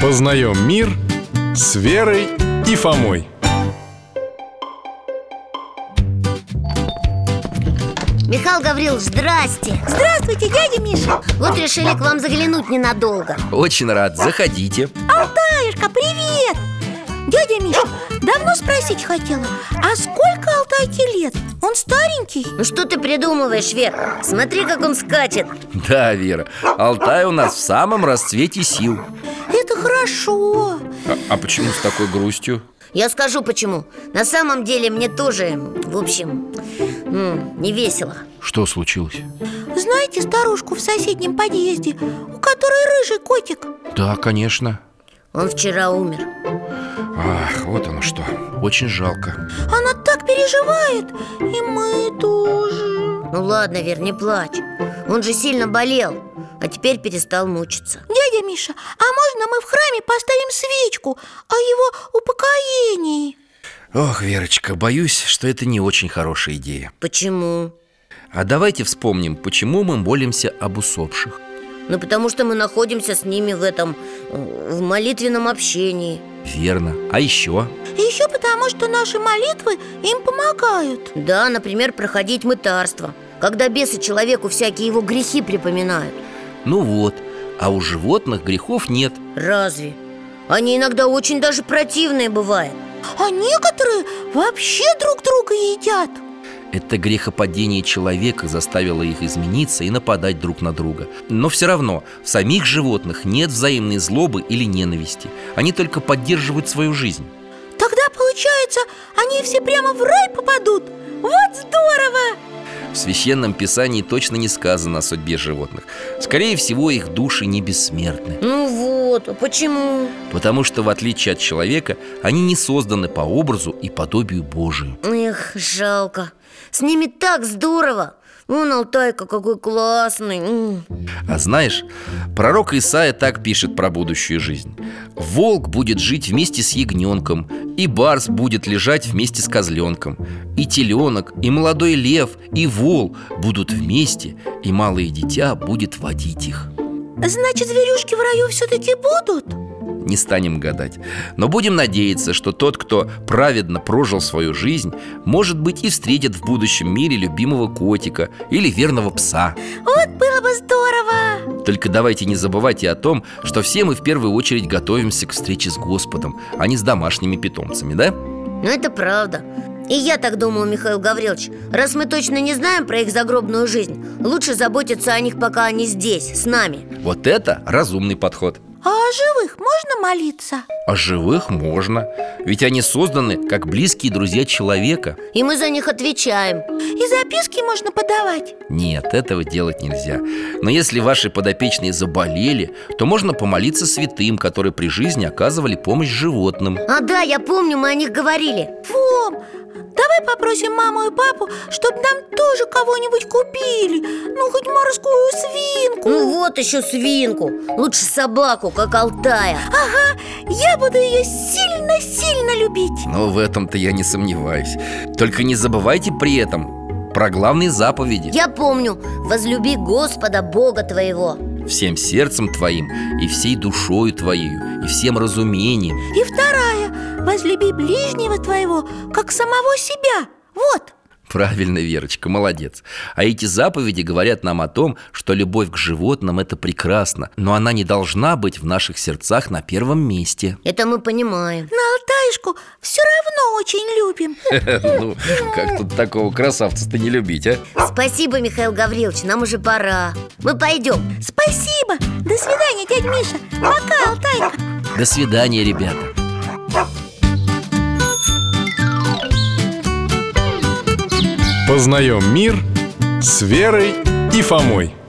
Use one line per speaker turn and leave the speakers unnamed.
Познаем мир с Верой и Фомой
Михаил Гаврилович, здрасте
Здравствуйте, дядя Миша
Вот решили к вам заглянуть ненадолго
Очень рад, заходите
Алтаюшка, привет! Дядя Миша, давно спросить хотела А сколько Алтайке лет? Он старенький?
Ну что ты придумываешь, Вер? Смотри, как он скачет
Да, Вера, Алтай у нас в самом расцвете сил
Это хорошо
А, а почему с такой грустью?
Я скажу почему На самом деле мне тоже, м, в общем, м, не весело
Что случилось?
Знаете старушку в соседнем подъезде, у которой рыжий котик?
Да, конечно
Он вчера умер
Ах, вот оно что, очень жалко
Она так переживает И мы тоже
Ну ладно, Вер, не плачь Он же сильно болел А теперь перестал мучиться
Дядя Миша, а можно мы в храме поставим свечку о его упокоении?
Ох, Верочка, боюсь, что это не очень хорошая идея
Почему?
А давайте вспомним, почему мы молимся об усопших
Ну потому что мы находимся с ними в этом, э, в молитвенном общении
Верно, а еще?
И еще потому, что наши молитвы им помогают
Да, например, проходить мытарство Когда бесы человеку всякие его грехи припоминают
Ну вот, а у животных грехов нет
Разве? Они иногда очень даже противные бывают
А некоторые вообще друг друга едят
Это грехопадение человека заставило их измениться и нападать друг на друга. Но все равно в самих животных нет взаимной злобы или ненависти. Они только поддерживают свою жизнь.
Тогда, получается, они все прямо в рай попадут Вот здорово!
В священном писании точно не сказано о судьбе животных. Скорее всего, их души не бессмертны.
Ну вот, а почему?
Потому что, в отличие от человека, они не созданы по образу и подобию Божию.
Эх, жалко С ними так здорово Вон Алтайка какой классный М.
А знаешь, пророк Исаия так пишет про будущую жизнь Волк будет жить вместе с ягненком И барс будет лежать вместе с козленком И теленок, и молодой лев, и вол будут вместе И малое дитя будет водить их
Значит, зверюшки в раю все-таки будут?
Не станем гадать Но будем надеяться, что тот, кто праведно прожил свою жизнь Может быть и встретит в будущем мире любимого котика Или верного пса
Вот было бы здорово!
Только давайте не забывайте о том, что все мы в первую очередь готовимся к встрече с Господом, а не с домашними питомцами, да?
Ну это правда И я так думаю, Михаил Гаврилович Раз мы точно не знаем про их загробную жизнь Лучше заботиться о них, пока они здесь, с нами
Вот это разумный подход.
А о живых можно молиться?
А живых можно, ведь они созданы как близкие друзья человека.
И мы за них отвечаем
И записки можно подавать
Нет, этого делать нельзя. Но если ваши подопечные заболели, то можно помолиться святым, которые при жизни оказывали помощь животным.
А да, я помню, мы о них говорили
Фом, давай попросим маму и папу, чтобы нам тоже кого-нибудь купили Ну, хоть морскую свинку
Ну вот еще свинку Лучше собаку, как Алтая
Ага, я буду ее сильно-сильно любить
Но в этом-то я не сомневаюсь. Только не забывайте при этом про главные заповеди.
Я помню Возлюби Господа Бога твоего
всем сердцем твоим и всей душою твоею и всем разумением.
И вторая, возлюби ближнего твоего, как самого себя Вот,
Правильно, Верочка, молодец. А эти заповеди говорят нам о том, что любовь к животным – это прекрасно, но она не должна быть в наших сердцах на первом месте.
Это мы понимаем
на Алтаишку все равно очень любим
Ну, как тут такого красавца-то не любить, а?
Спасибо, Михаил Гаврилович, нам уже пора Мы пойдем
Спасибо, до свидания, дядь Миша Пока, Алтайка
До свидания, ребята.
Познаем мир с Верой и Фомой